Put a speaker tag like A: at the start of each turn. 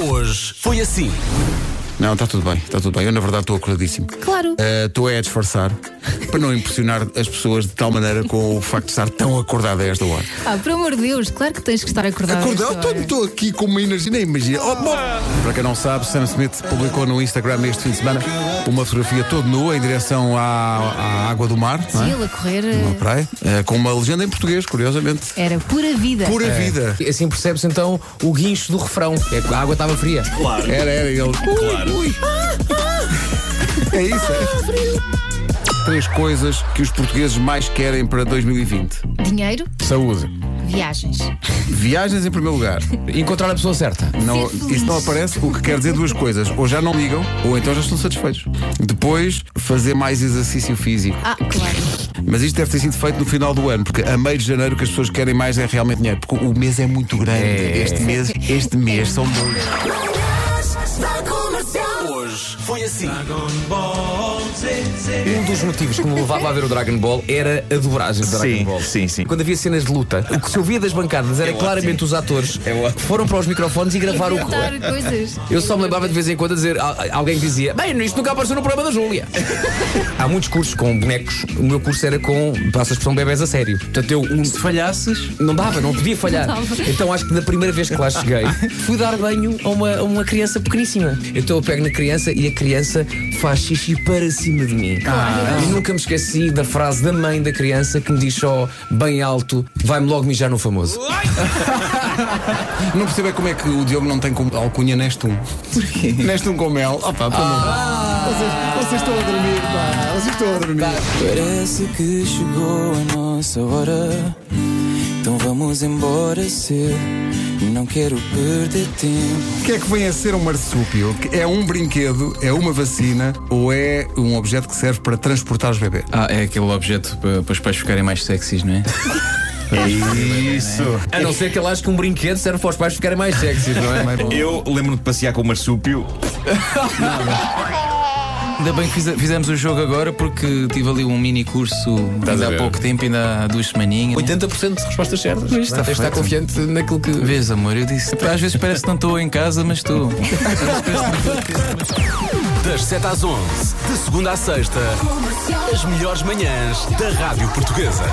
A: hoje foi assim. Não, está tudo bem, está tudo bem. Eu, na verdade, estou acuradíssimo.
B: Claro.
A: Eh, Estou é a disfarçar para não impressionar as pessoas de tal maneira com o facto de estar tão acordado a esta hora.
B: Ah, por amor de Deus, claro que tens que estar acordado.
A: Acordado,
B: esta hora.
A: estou aqui com uma energia, nem imagina. Oh, bom. Para quem não sabe, Sam Smith publicou no Instagram este fim de semana uma fotografia toda nua em direção à, à água do mar, não
B: Sim,
A: é?
B: ele a correr eh,
A: Uma praia, eh, com uma legenda em português, curiosamente.
B: era pura vida.
A: Pura vida.
C: E Assim percebes então o guincho do refrão. É porque a água estava fria.
A: Era, era ele. Claro.
B: Ah,
A: É isso. é? Três coisas que os portugueses mais querem para 2020:
B: Dinheiro,
A: saúde,
B: viagens.
A: viagens em primeiro lugar.
C: Encontrar a pessoa certa.
A: Não,
B: Ser feliz.
A: isso não aparece, o que quer dizer duas coisas: ou já não ligam, ou então já estão satisfeitos. Depois, fazer mais exercício físico.
B: Ah, claro.
A: Mas isto deve ter sido feito no final do ano, porque a meio de janeiro o que as pessoas querem mais é realmente dinheiro, porque o mês é muito grande. Este mês, este mês são dois.
D: Hoje foi assim.
C: Um dos motivos que me levava a ver o Dragon Ball era a dobragem do Dragon
E: Sim,
C: Ball.
E: sim, sim. É
C: Quando havia cenas de luta, o que se ouvia das bancadas era claramente os atores que foram para os microfones e gravaram o.
B: Inventar coisas.
C: Eu só me lembrava de vez em quando a dizer al- alguém que dizia Bem, isto nunca apareceu no programa da Júlia Há muitos cursos com bonecos O meu curso era com, passa a expressão, bebés a sério Portanto eu, um,
E: Se falhasses,
C: Não dava, não podia falhar.
B: Não dava.
C: Então acho que na primeira vez que lá cheguei, fui dar banho a uma, a uma criança pequeníssima. Então eu pego na criança e a criança faz xixi para cima de mim. E nunca me esqueci da frase da mãe da criança que me diz só, bem alto, vai-me logo mijar no famoso.
A: Não percebo é como é que o Diogo não tem como alcunha neste um. Neste um com mel. Opa, pelo amor de Deus. vocês, vocês estão a dormir, pá. Vocês estão a dormir.
F: Parece que chegou a nossa hora. Então vamos embora cedo. Não quero perder tempo.
A: O que é que vem a ser um marsúpio? Que É um brinquedo, é uma vacina ou é um objeto que serve para transportar os bebês?
E: Ah, é aquele objeto para, para os pais ficarem mais sexys, não é? É isso.
C: A não ser que ele ache que um brinquedo serve para os pais ficarem mais sexy, não é?
G: Eu lembro-me de passear com o marsúpio.
E: Ainda bem que fiz- fizemos o jogo agora porque tive ali um mini curso ainda há pouco tempo, ainda há duas semaninhas.
C: 80% de respostas certas. Está, está
A: feito.
C: confiante naquilo que.
E: Vês, amor, eu disse. Às vezes parece que não estou em casa, mas estou.
D: Das 7 às 11, de segunda à sexta, as melhores manhãs da Rádio Portuguesa.